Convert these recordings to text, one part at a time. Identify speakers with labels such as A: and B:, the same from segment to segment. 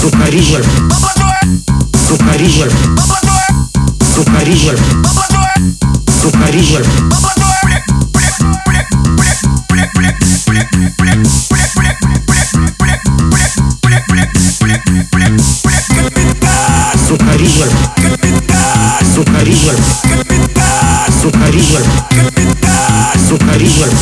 A: Сухаризер. Сухаризер. Сухаризер. Сухаризер. Сухаризер. Сухаризер. Сухаризер. Сухаризер.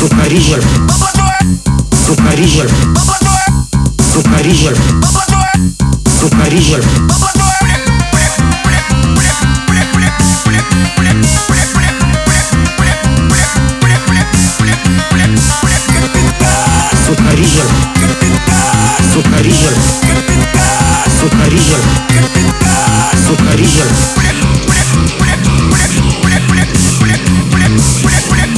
A: Сухаризер. Сухаризер. Сухаризер. Сухаризер. Сухаризер. Сухаризер. Сухаризер. Сухаризер.